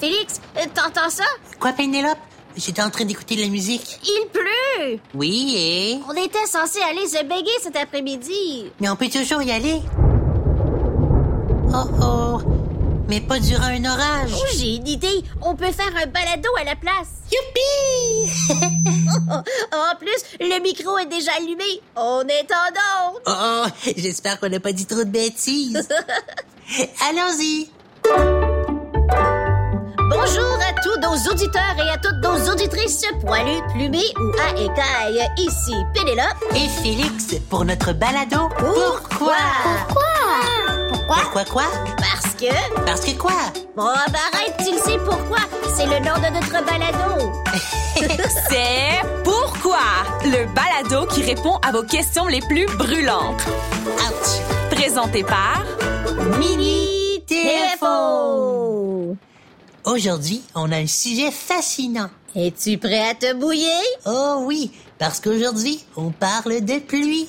Félix, euh, t'entends ça Quoi, Pénélope J'étais en train d'écouter de la musique. Il pleut Oui, et... On était censé aller se béguer cet après-midi. Mais on peut toujours y aller. Oh oh. Mais pas durant un orage. Oh, j'ai une idée. On peut faire un balado à la place. Oh, Youpi! en plus, le micro est déjà allumé. On est en onde. oh oh. J'espère qu'on n'a pas dit trop de bêtises. Allons-y. Bonjour à tous nos auditeurs et à toutes nos auditrices poilues, plumées ou à écailles. Ici Pénélope. Et Félix, pour notre balado. Pourquoi? Pourquoi? Pourquoi? Pourquoi quoi? Parce que... Parce que quoi? Bon, ben arrête, tu le sais pourquoi. C'est le nom de notre balado. C'est Pourquoi? Le balado qui répond à vos questions les plus brûlantes. Ouch. Présenté par Mini Téléphone. Aujourd'hui, on a un sujet fascinant. Es-tu prêt à te bouiller? Oh oui, parce qu'aujourd'hui, on parle de pluie.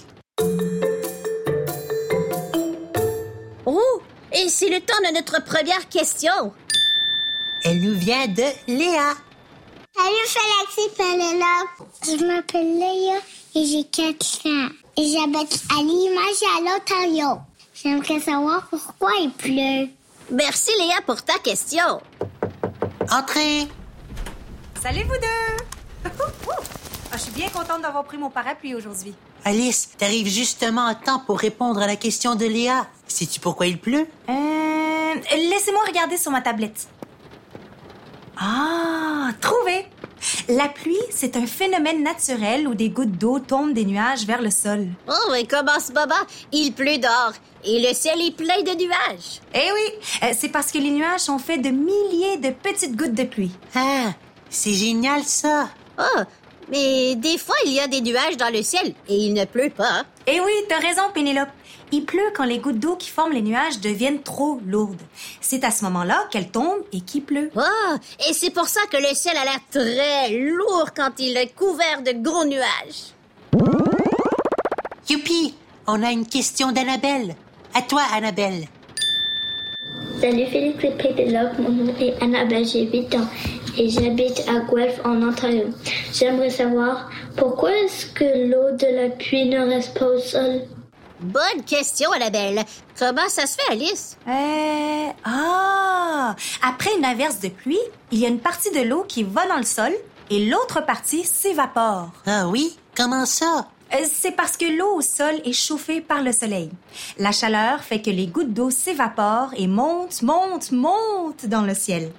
Oh, et c'est le temps de notre première question. Elle nous vient de Léa. Salut Falaxy Penelope. Je m'appelle Léa et j'ai 4 ans. Et j'habite à Limoges et à l'Ontario. J'aimerais savoir pourquoi il pleut. Merci Léa pour ta question. Entrez. Salut vous deux! Ah, je suis bien contente d'avoir pris mon parapluie aujourd'hui. Alice, t'arrives justement à temps pour répondre à la question de Léa. Sais-tu pourquoi il pleut? Euh, Laissez-moi regarder sur ma tablette. Ah, trouvé! La pluie, c'est un phénomène naturel où des gouttes d'eau tombent des nuages vers le sol. Oh, mais commence Baba, il pleut dehors et le ciel est plein de nuages. Eh oui, euh, c'est parce que les nuages sont faits de milliers de petites gouttes de pluie. Ah, c'est génial ça. Oh, mais des fois, il y a des nuages dans le ciel et il ne pleut pas. Eh oui, t'as raison, Pénélope. Il pleut quand les gouttes d'eau qui forment les nuages deviennent trop lourdes. C'est à ce moment-là qu'elles tombent et qu'il pleut. Oh, et c'est pour ça que le ciel a l'air très lourd quand il est couvert de gros nuages. Youpi, on a une question d'Annabelle. À toi, Annabelle. Salut Félix et Pénélope. Mon nom est Annabelle, j'ai 8 ans et j'habite à Guelph en Ontario. J'aimerais savoir pourquoi est-ce que l'eau de la pluie ne reste pas au sol Bonne question, Annabelle. Comment ça se fait, Alice? Euh... Ah! Après une averse de pluie, il y a une partie de l'eau qui va dans le sol et l'autre partie s'évapore. Ah oui, comment ça? Euh, C'est parce que l'eau au sol est chauffée par le soleil. La chaleur fait que les gouttes d'eau s'évaporent et montent, montent, montent dans le ciel.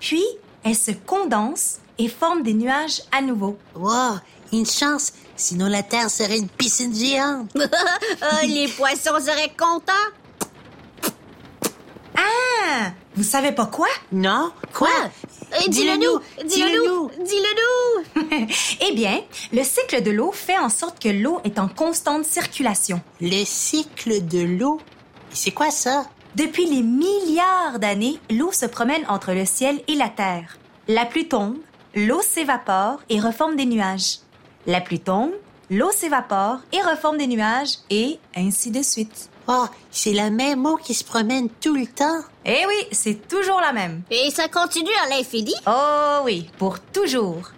Puis, elles se condensent et forment des nuages à nouveau. Wow, une chance, sinon la Terre serait une piscine géante. oh, les poissons seraient contents. Ah! Vous savez pas quoi? Non? Quoi? Eh, dis-le-nous! Dis-le-nous! Dis-le-nous! eh bien, le cycle de l'eau fait en sorte que l'eau est en constante circulation. Le cycle de l'eau. C'est quoi ça? Depuis les milliards d'années, l'eau se promène entre le ciel et la terre. La pluie tombe, l'eau s'évapore et reforme des nuages. La pluie tombe, l'eau s'évapore et reforme des nuages, et ainsi de suite. Oh, c'est la même eau qui se promène tout le temps. Eh oui, c'est toujours la même. Et ça continue à l'infini? Oh oui, pour toujours.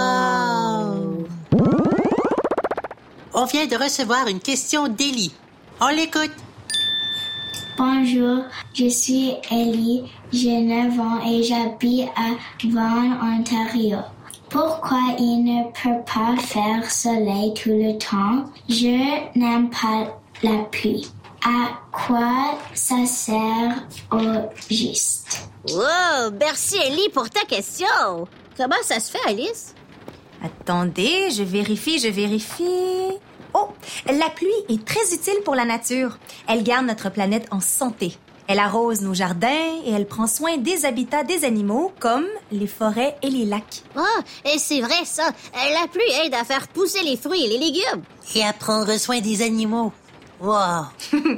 Wow! On vient de recevoir une question d'Élie. On l'écoute. Bonjour, je suis Ellie, j'ai 9 ans et j'habite à Vaughan, Ontario. Pourquoi il ne peut pas faire soleil tout le temps Je n'aime pas la pluie. À quoi ça sert au juste Wow, merci, Ellie, pour ta question. Comment ça se fait, Alice? Attendez, je vérifie, je vérifie. Oh, la pluie est très utile pour la nature. Elle garde notre planète en santé. Elle arrose nos jardins et elle prend soin des habitats des animaux comme les forêts et les lacs. Ah, et c'est vrai, ça. Euh, La pluie aide à faire pousser les fruits et les légumes. Et à prendre soin des animaux. Wow!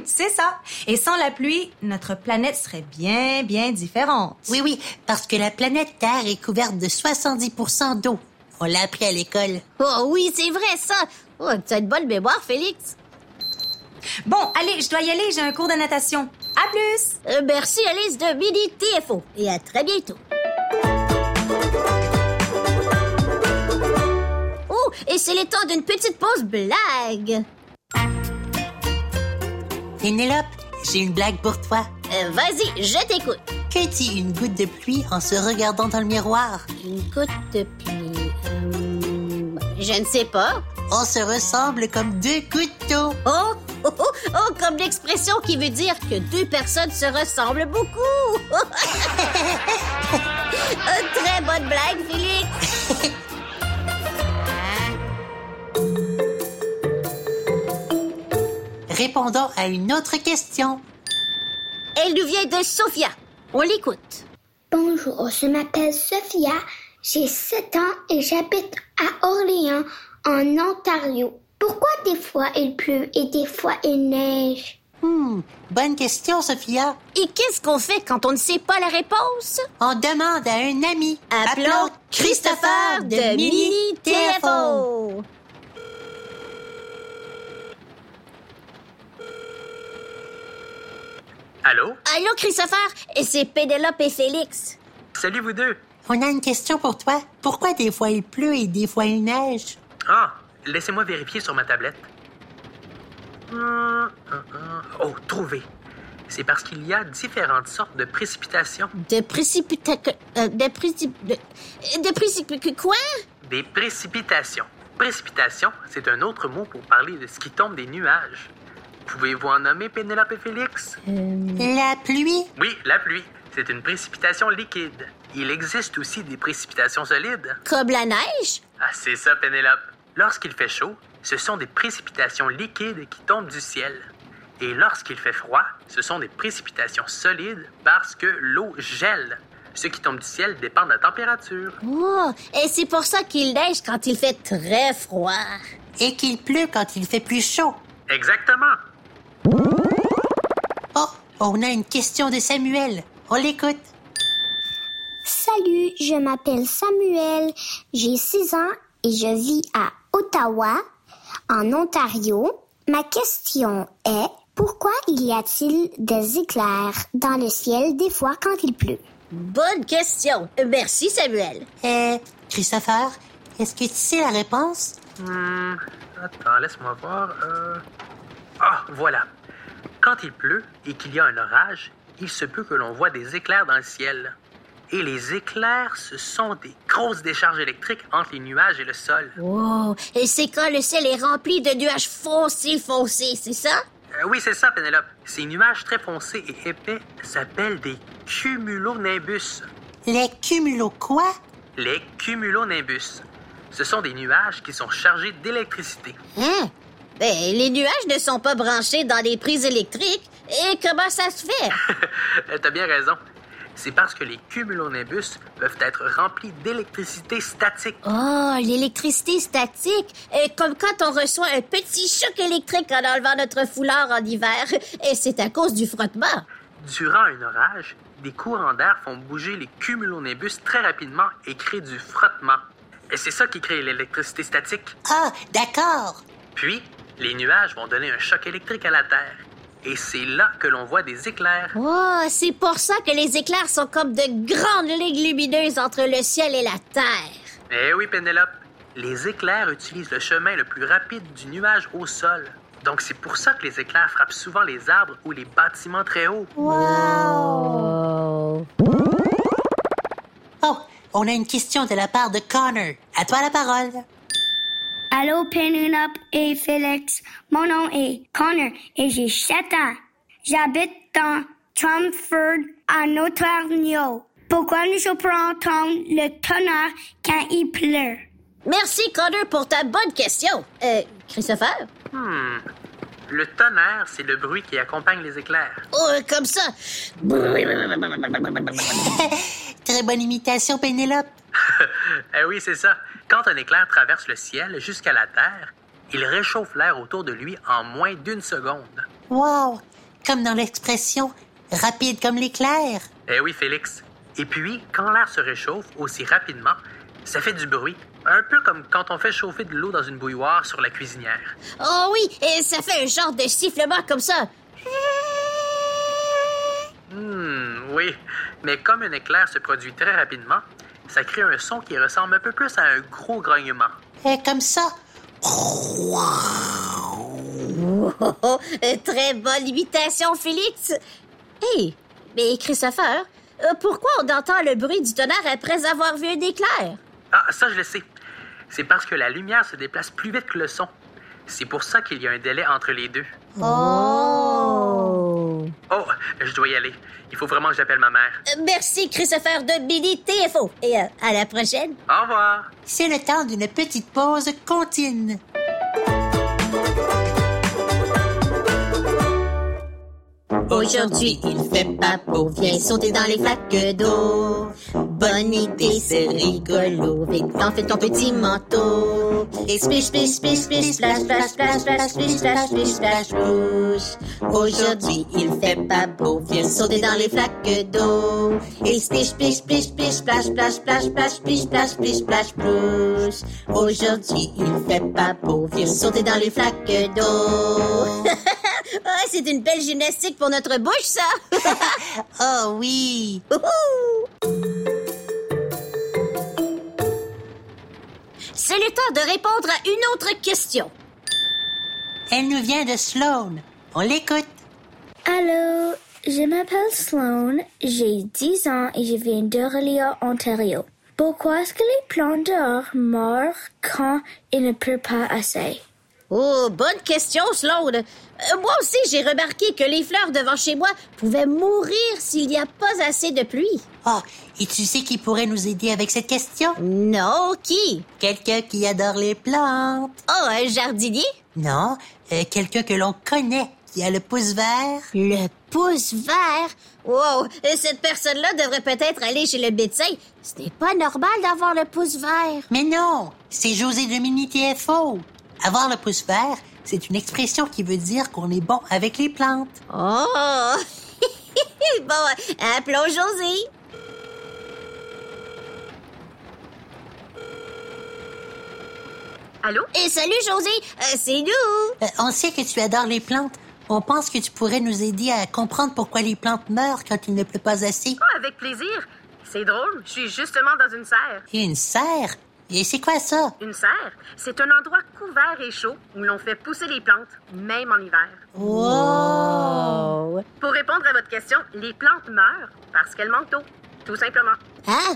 C'est ça. Et sans la pluie, notre planète serait bien, bien différente. Oui, oui, parce que la planète Terre est couverte de 70% d'eau. On l'a appris à l'école. Oh oui, c'est vrai, ça. Oh, tu as une bonne mémoire, Félix. Bon, allez, je dois y aller, j'ai un cours de natation. À plus! Euh, merci Alice de Mini TFO et à très bientôt. Oh, et c'est le temps d'une petite pause blague. Pénélope, j'ai une blague pour toi. Euh, Vas-y, je t'écoute. Que dit une goutte de pluie en se regardant dans le miroir? Une goutte de pluie. euh, je ne sais pas. On se ressemble comme deux couteaux. Oh, oh, oh, oh, comme l'expression qui veut dire que deux personnes se ressemblent beaucoup. Une très bonne blague, Félix. Répondons à une autre question. Elle nous vient de Sophia. On l'écoute. Bonjour, je m'appelle Sophia, j'ai 7 ans et j'habite à Orléans, en Ontario. Pourquoi des fois il pleut et des fois il neige? Hmm, bonne question, Sophia. Et qu'est-ce qu'on fait quand on ne sait pas la réponse? On demande à un ami. Appelons Christopher de Mini TFO. Allô? Allô, Christopher? Et c'est Pénélope et Félix. Salut vous deux! On a une question pour toi. Pourquoi des fois il pleut et des fois il neige? Ah, laissez-moi vérifier sur ma tablette. Hum, hum, hum. Oh, trouvé! C'est parce qu'il y a différentes sortes de précipitations. De précipita... euh, de précip... De, de précip- Quoi? Des précipitations. Précipitation, c'est un autre mot pour parler de ce qui tombe des nuages. Pouvez-vous en nommer Pénélope et Félix? La pluie? Oui, la pluie. C'est une précipitation liquide. Il existe aussi des précipitations solides. Comme la neige? Ah, c'est ça, Pénélope. Lorsqu'il fait chaud, ce sont des précipitations liquides qui tombent du ciel. Et lorsqu'il fait froid, ce sont des précipitations solides parce que l'eau gèle. Ce qui tombe du ciel dépend de la température. Oh, et c'est pour ça qu'il neige quand il fait très froid. Et qu'il pleut quand il fait plus chaud. Exactement. Oh, on a une question de Samuel. On l'écoute. Salut, je m'appelle Samuel, j'ai 6 ans et je vis à Ottawa, en Ontario. Ma question est, pourquoi il y a-t-il des éclairs dans le ciel des fois quand il pleut? Bonne question. Merci, Samuel. Eh, Christopher, est-ce que tu sais la réponse? Hmm, attends, laisse-moi voir. euh. Ah, voilà. Quand il pleut et qu'il y a un orage, il se peut que l'on voit des éclairs dans le ciel. Et les éclairs, ce sont des grosses décharges électriques entre les nuages et le sol. Wow. Oh, Et c'est quand le ciel est rempli de nuages foncés, foncés, c'est ça? Euh, oui, c'est ça, Pénélope. Ces nuages très foncés et épais s'appellent des cumulonimbus. Les cumulo quoi? Les cumulonimbus. Ce sont des nuages qui sont chargés d'électricité. Hein? Ben, les nuages ne sont pas branchés dans des prises électriques. Et comment ça se fait? Euh, T'as bien raison. C'est parce que les cumulonimbus peuvent être remplis d'électricité statique. Oh, l'électricité statique, euh, comme quand on reçoit un petit choc électrique en enlevant notre foulard en hiver, et c'est à cause du frottement. Durant un orage, des courants d'air font bouger les cumulonimbus très rapidement et créent du frottement. Et c'est ça qui crée l'électricité statique. Ah, d'accord. Puis, les nuages vont donner un choc électrique à la Terre. Et c'est là que l'on voit des éclairs. Oh, c'est pour ça que les éclairs sont comme de grandes ligues lumineuses entre le ciel et la terre. Eh oui, Pénélope, les éclairs utilisent le chemin le plus rapide du nuage au sol. Donc c'est pour ça que les éclairs frappent souvent les arbres ou les bâtiments très hauts. Oh, on a une question de la part de Connor. À toi la parole. Allô, Penelope et Félix. Mon nom est Connor et j'ai 7 ans. J'habite dans Trumford, en Ontario. Pourquoi nous pouvons entendre le tonnerre quand il pleut? Merci, Connor, pour ta bonne question. Euh, Christopher? Hmm. Le tonnerre, c'est le bruit qui accompagne les éclairs. Oh, comme ça. Très bonne imitation, Pénélope. Eh oui, c'est ça. Quand un éclair traverse le ciel jusqu'à la Terre, il réchauffe l'air autour de lui en moins d'une seconde. Wow, comme dans l'expression rapide comme l'éclair. Eh oui, Félix. Et puis, quand l'air se réchauffe aussi rapidement, Ça fait du bruit, un peu comme quand on fait chauffer de l'eau dans une bouilloire sur la cuisinière. Oh oui, et ça fait un genre de sifflement comme ça. Hmm, oui, mais comme un éclair se produit très rapidement, ça crée un son qui ressemble un peu plus à un gros grognement. Eh, comme ça. Oh, oh, euh, très bonne imitation, Félix. Hé, mais Christopher, euh, pourquoi on entend le bruit du tonnerre après avoir vu un éclair? Ah, ça je le sais. C'est parce que la lumière se déplace plus vite que le son. C'est pour ça qu'il y a un délai entre les deux. Oh, je dois y aller. Il faut vraiment que j'appelle ma mère. Euh, Merci, Christopher de Billy TFO. Et euh, à la prochaine. Au revoir. C'est le temps d'une petite pause contine. Aujourd'hui, il fait pas beau, viens sauter dans les flaques d'eau. Bonne idée, c'est rigolo, vite t'en fais ton petit manteau. Et splish, splish, splish, splish, splash, splash, splash, splash, splish, splash, splish, splash, rouge. Aujourd'hui, il fait pas beau, viens sauter dans les flaques d'eau. Et splish, splish, splish, splish, splash, splash, splash, splash, splish, splash, splish, splash, rouge. Aujourd'hui, il fait pas beau, viens sauter dans les flaques d'eau. Ah, c'est une belle gymnastique pour notre bouche, ça. Oh oui. C'est le temps de répondre à une autre question. Elle nous vient de Sloan. On l'écoute. Allô, je m'appelle Sloan, j'ai 10 ans et je viens d'Orléans, Ontario. Pourquoi est-ce que les plantes dehors meurent quand il ne pleut pas assez? Oh, bonne question, Sloan. Euh, moi aussi, j'ai remarqué que les fleurs devant chez moi pouvaient mourir s'il n'y a pas assez de pluie. Oh, et tu sais qui pourrait nous aider avec cette question? Non, qui? Quelqu'un qui adore les plantes. Oh, un jardinier? Non, euh, quelqu'un que l'on connaît, qui a le pouce vert. Le pouce vert? Wow, et cette personne-là devrait peut-être aller chez le médecin. Ce n'est pas normal d'avoir le pouce vert. Mais non, c'est José Domini TFO. Avoir le pouce vert, c'est une expression qui veut dire qu'on est bon avec les plantes. Oh! bon, euh, appelons José. Allô? Et salut, José. Euh, c'est nous. Euh, on sait que tu adores les plantes. On pense que tu pourrais nous aider à comprendre pourquoi les plantes meurent quand il ne pleut pas assez. Ah, avec plaisir. C'est drôle, je suis justement dans une serre. Et une serre? Et c'est quoi ça? Une serre, c'est un endroit couvert et chaud où l'on fait pousser les plantes, même en hiver. Wow! Pour répondre à votre question, les plantes meurent parce qu'elles manquent d'eau, tout simplement. Hein?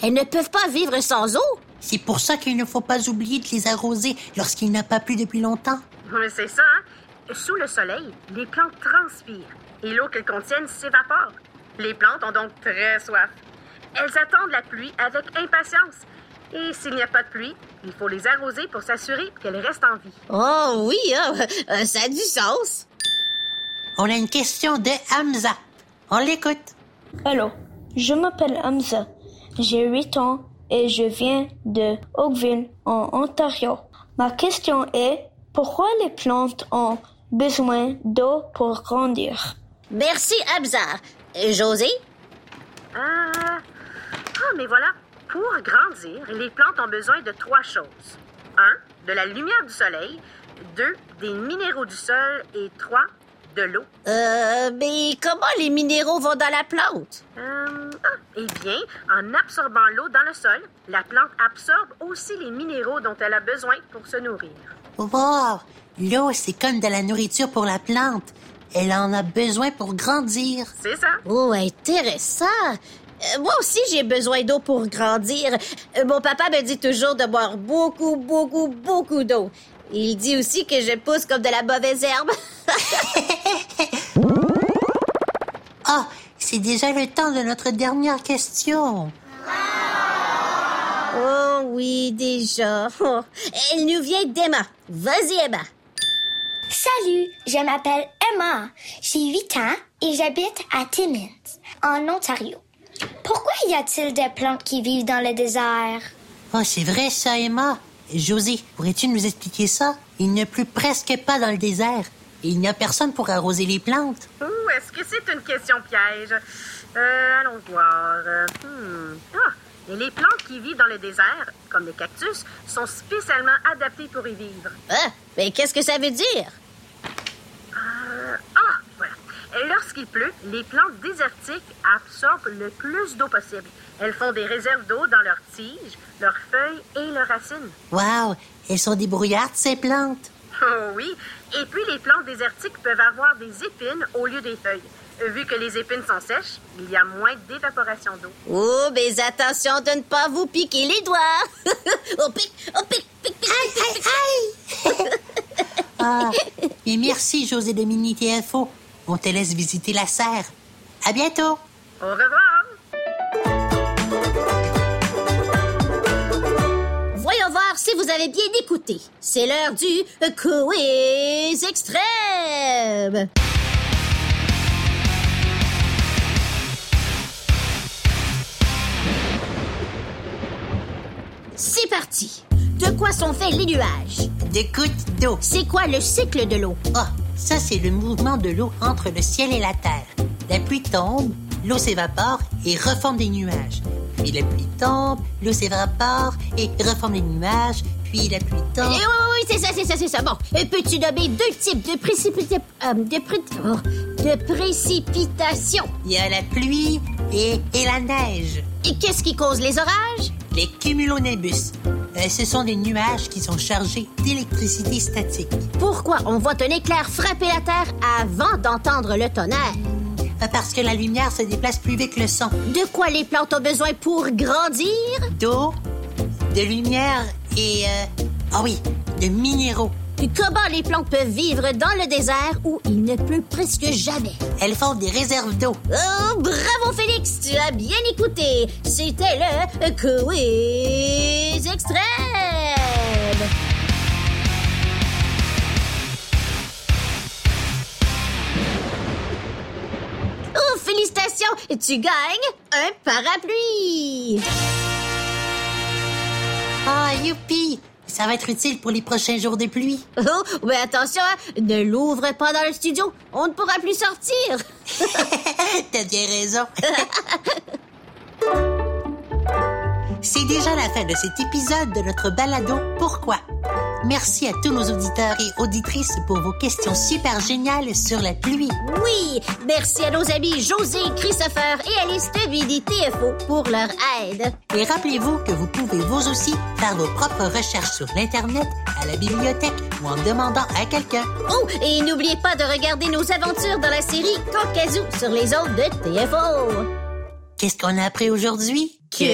Elles ne peuvent pas vivre sans eau? C'est pour ça qu'il ne faut pas oublier de les arroser lorsqu'il n'a pas plu depuis longtemps. Mais C'est ça, hein? Sous le soleil, les plantes transpirent et l'eau qu'elles contiennent s'évapore. Les plantes ont donc très soif. Elles attendent la pluie avec impatience. Et s'il n'y a pas de pluie, il faut les arroser pour s'assurer qu'elles restent en vie. Oh oui, hein, euh, ça a du sens. On a une question de Hamza. On l'écoute. Allô, je m'appelle Hamza, j'ai 8 ans et je viens de Oakville, en Ontario. Ma question est, pourquoi les plantes ont besoin d'eau pour grandir Merci, Hamza. Et José? Ah, ah, mais voilà. Pour grandir, les plantes ont besoin de trois choses. Un, de la lumière du soleil. Deux, des minéraux du sol. Et trois, de l'eau. Euh, mais comment les minéraux vont dans la plante? Euh, ah, eh bien, en absorbant l'eau dans le sol, la plante absorbe aussi les minéraux dont elle a besoin pour se nourrir. Wow! L'eau, c'est comme de la nourriture pour la plante. Elle en a besoin pour grandir. C'est ça? Oh, intéressant. Euh, Moi aussi, j'ai besoin d'eau pour grandir. Euh, Mon papa me dit toujours de boire beaucoup, beaucoup, beaucoup d'eau. Il dit aussi que je pousse comme de la mauvaise herbe. Ah, c'est déjà le temps de notre dernière question. Oh oui, déjà. Oh. Elle nous vient d'Emma. Vas-y, Emma. Salut, je m'appelle Emma. J'ai 8 ans et j'habite à Timmins, en Ontario. Pourquoi y a-t-il des plantes qui vivent dans le désert? Oh, c'est vrai ça, Emma. José, pourrais-tu nous expliquer ça? Il ne pleut presque pas dans le désert. Et il n'y a personne pour arroser les plantes. Ouh, est-ce que c'est une question piège? Euh, allons voir. Euh, hmm. Ah, Mais les plantes qui vivent dans le désert, comme les cactus, sont spécialement adaptées pour y vivre. Ah, mais qu'est-ce que ça veut dire? Euh, ah, voilà. Lorsqu'il pleut, les plantes désertiques absorbent le plus d'eau possible. Elles font des réserves d'eau dans leurs tiges, leurs feuilles et leurs racines. Waouh, elles sont débrouillardes, ces plantes. Oh oui. Et puis, les plantes désertiques peuvent avoir des épines au lieu des feuilles. Vu que les épines sont sèches, il y a moins d'évaporation d'eau. Oh, mais attention de ne pas vous piquer les doigts! oh, pique, oh, pique, pique, pique! Ah, et merci, José Dominique TFO. On te laisse visiter la serre. À bientôt. Au revoir! Voyons voir si vous avez bien écouté. C'est l'heure du quiz extrême. C'est parti. De quoi sont faits les nuages? Des gouttes d'eau. C'est quoi le cycle de l'eau? Ah, ça, c'est le mouvement de l'eau entre le ciel et la terre. La pluie tombe, l'eau s'évapore et reforme des nuages. Puis la pluie tombe, l'eau s'évapore et reforme les nuages. Puis la pluie Eh tombe. oui, oui, oui, c'est ça, c'est ça, c'est ça. Bon, euh, peux-tu nommer deux types de précipitations? de, pré- oh, de précipitation. Il y a la pluie et, et la neige. Et qu'est-ce qui cause les orages? Les cumulonimbus. Euh, ce sont des nuages qui sont chargés d'électricité statique. Pourquoi on voit un éclair frapper la terre avant d'entendre le tonnerre? Euh, Parce que la lumière se déplace plus vite que le son. De quoi les plantes ont besoin pour grandir? D'eau, de lumière et... euh, ah oui, de minéraux. Comment les plantes peuvent vivre dans le désert où il ne pleut presque jamais? Elles font des réserves d'eau. Oh, bravo Félix, tu as bien écouté. C'était le quiz extrême. Oh, félicitations, tu gagnes un parapluie. Ah, youpi! Ça va être utile pour les prochains jours de pluie. Oh, mais attention, hein, ne l'ouvre pas dans le studio, on ne pourra plus sortir. T'as bien raison. C'est déjà la fin de cet épisode de notre balado Pourquoi? Merci à tous nos auditeurs et auditrices pour vos questions super géniales sur la pluie. Oui, merci à nos amis José, Christopher et Alice de Vidi TFO pour leur aide. Et rappelez-vous que vous pouvez vous aussi faire vos propres recherches sur l'Internet, à la bibliothèque ou en demandant à quelqu'un. Oh, et n'oubliez pas de regarder nos aventures dans la série Cancazou sur les ondes de TFO. Qu'est-ce qu'on a appris aujourd'hui? Que-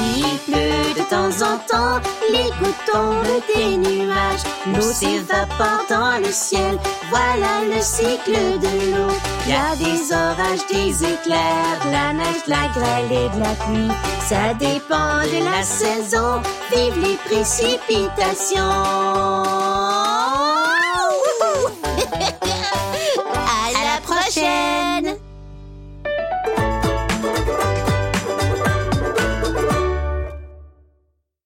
Il pleut de temps en temps, les gouttes tombent des nuages, l'eau s'évapore dans le ciel, voilà le cycle de l'eau. Il y a des orages, des éclairs, de la neige, de la grêle et de la pluie, ça dépend de la saison, vive les précipitations.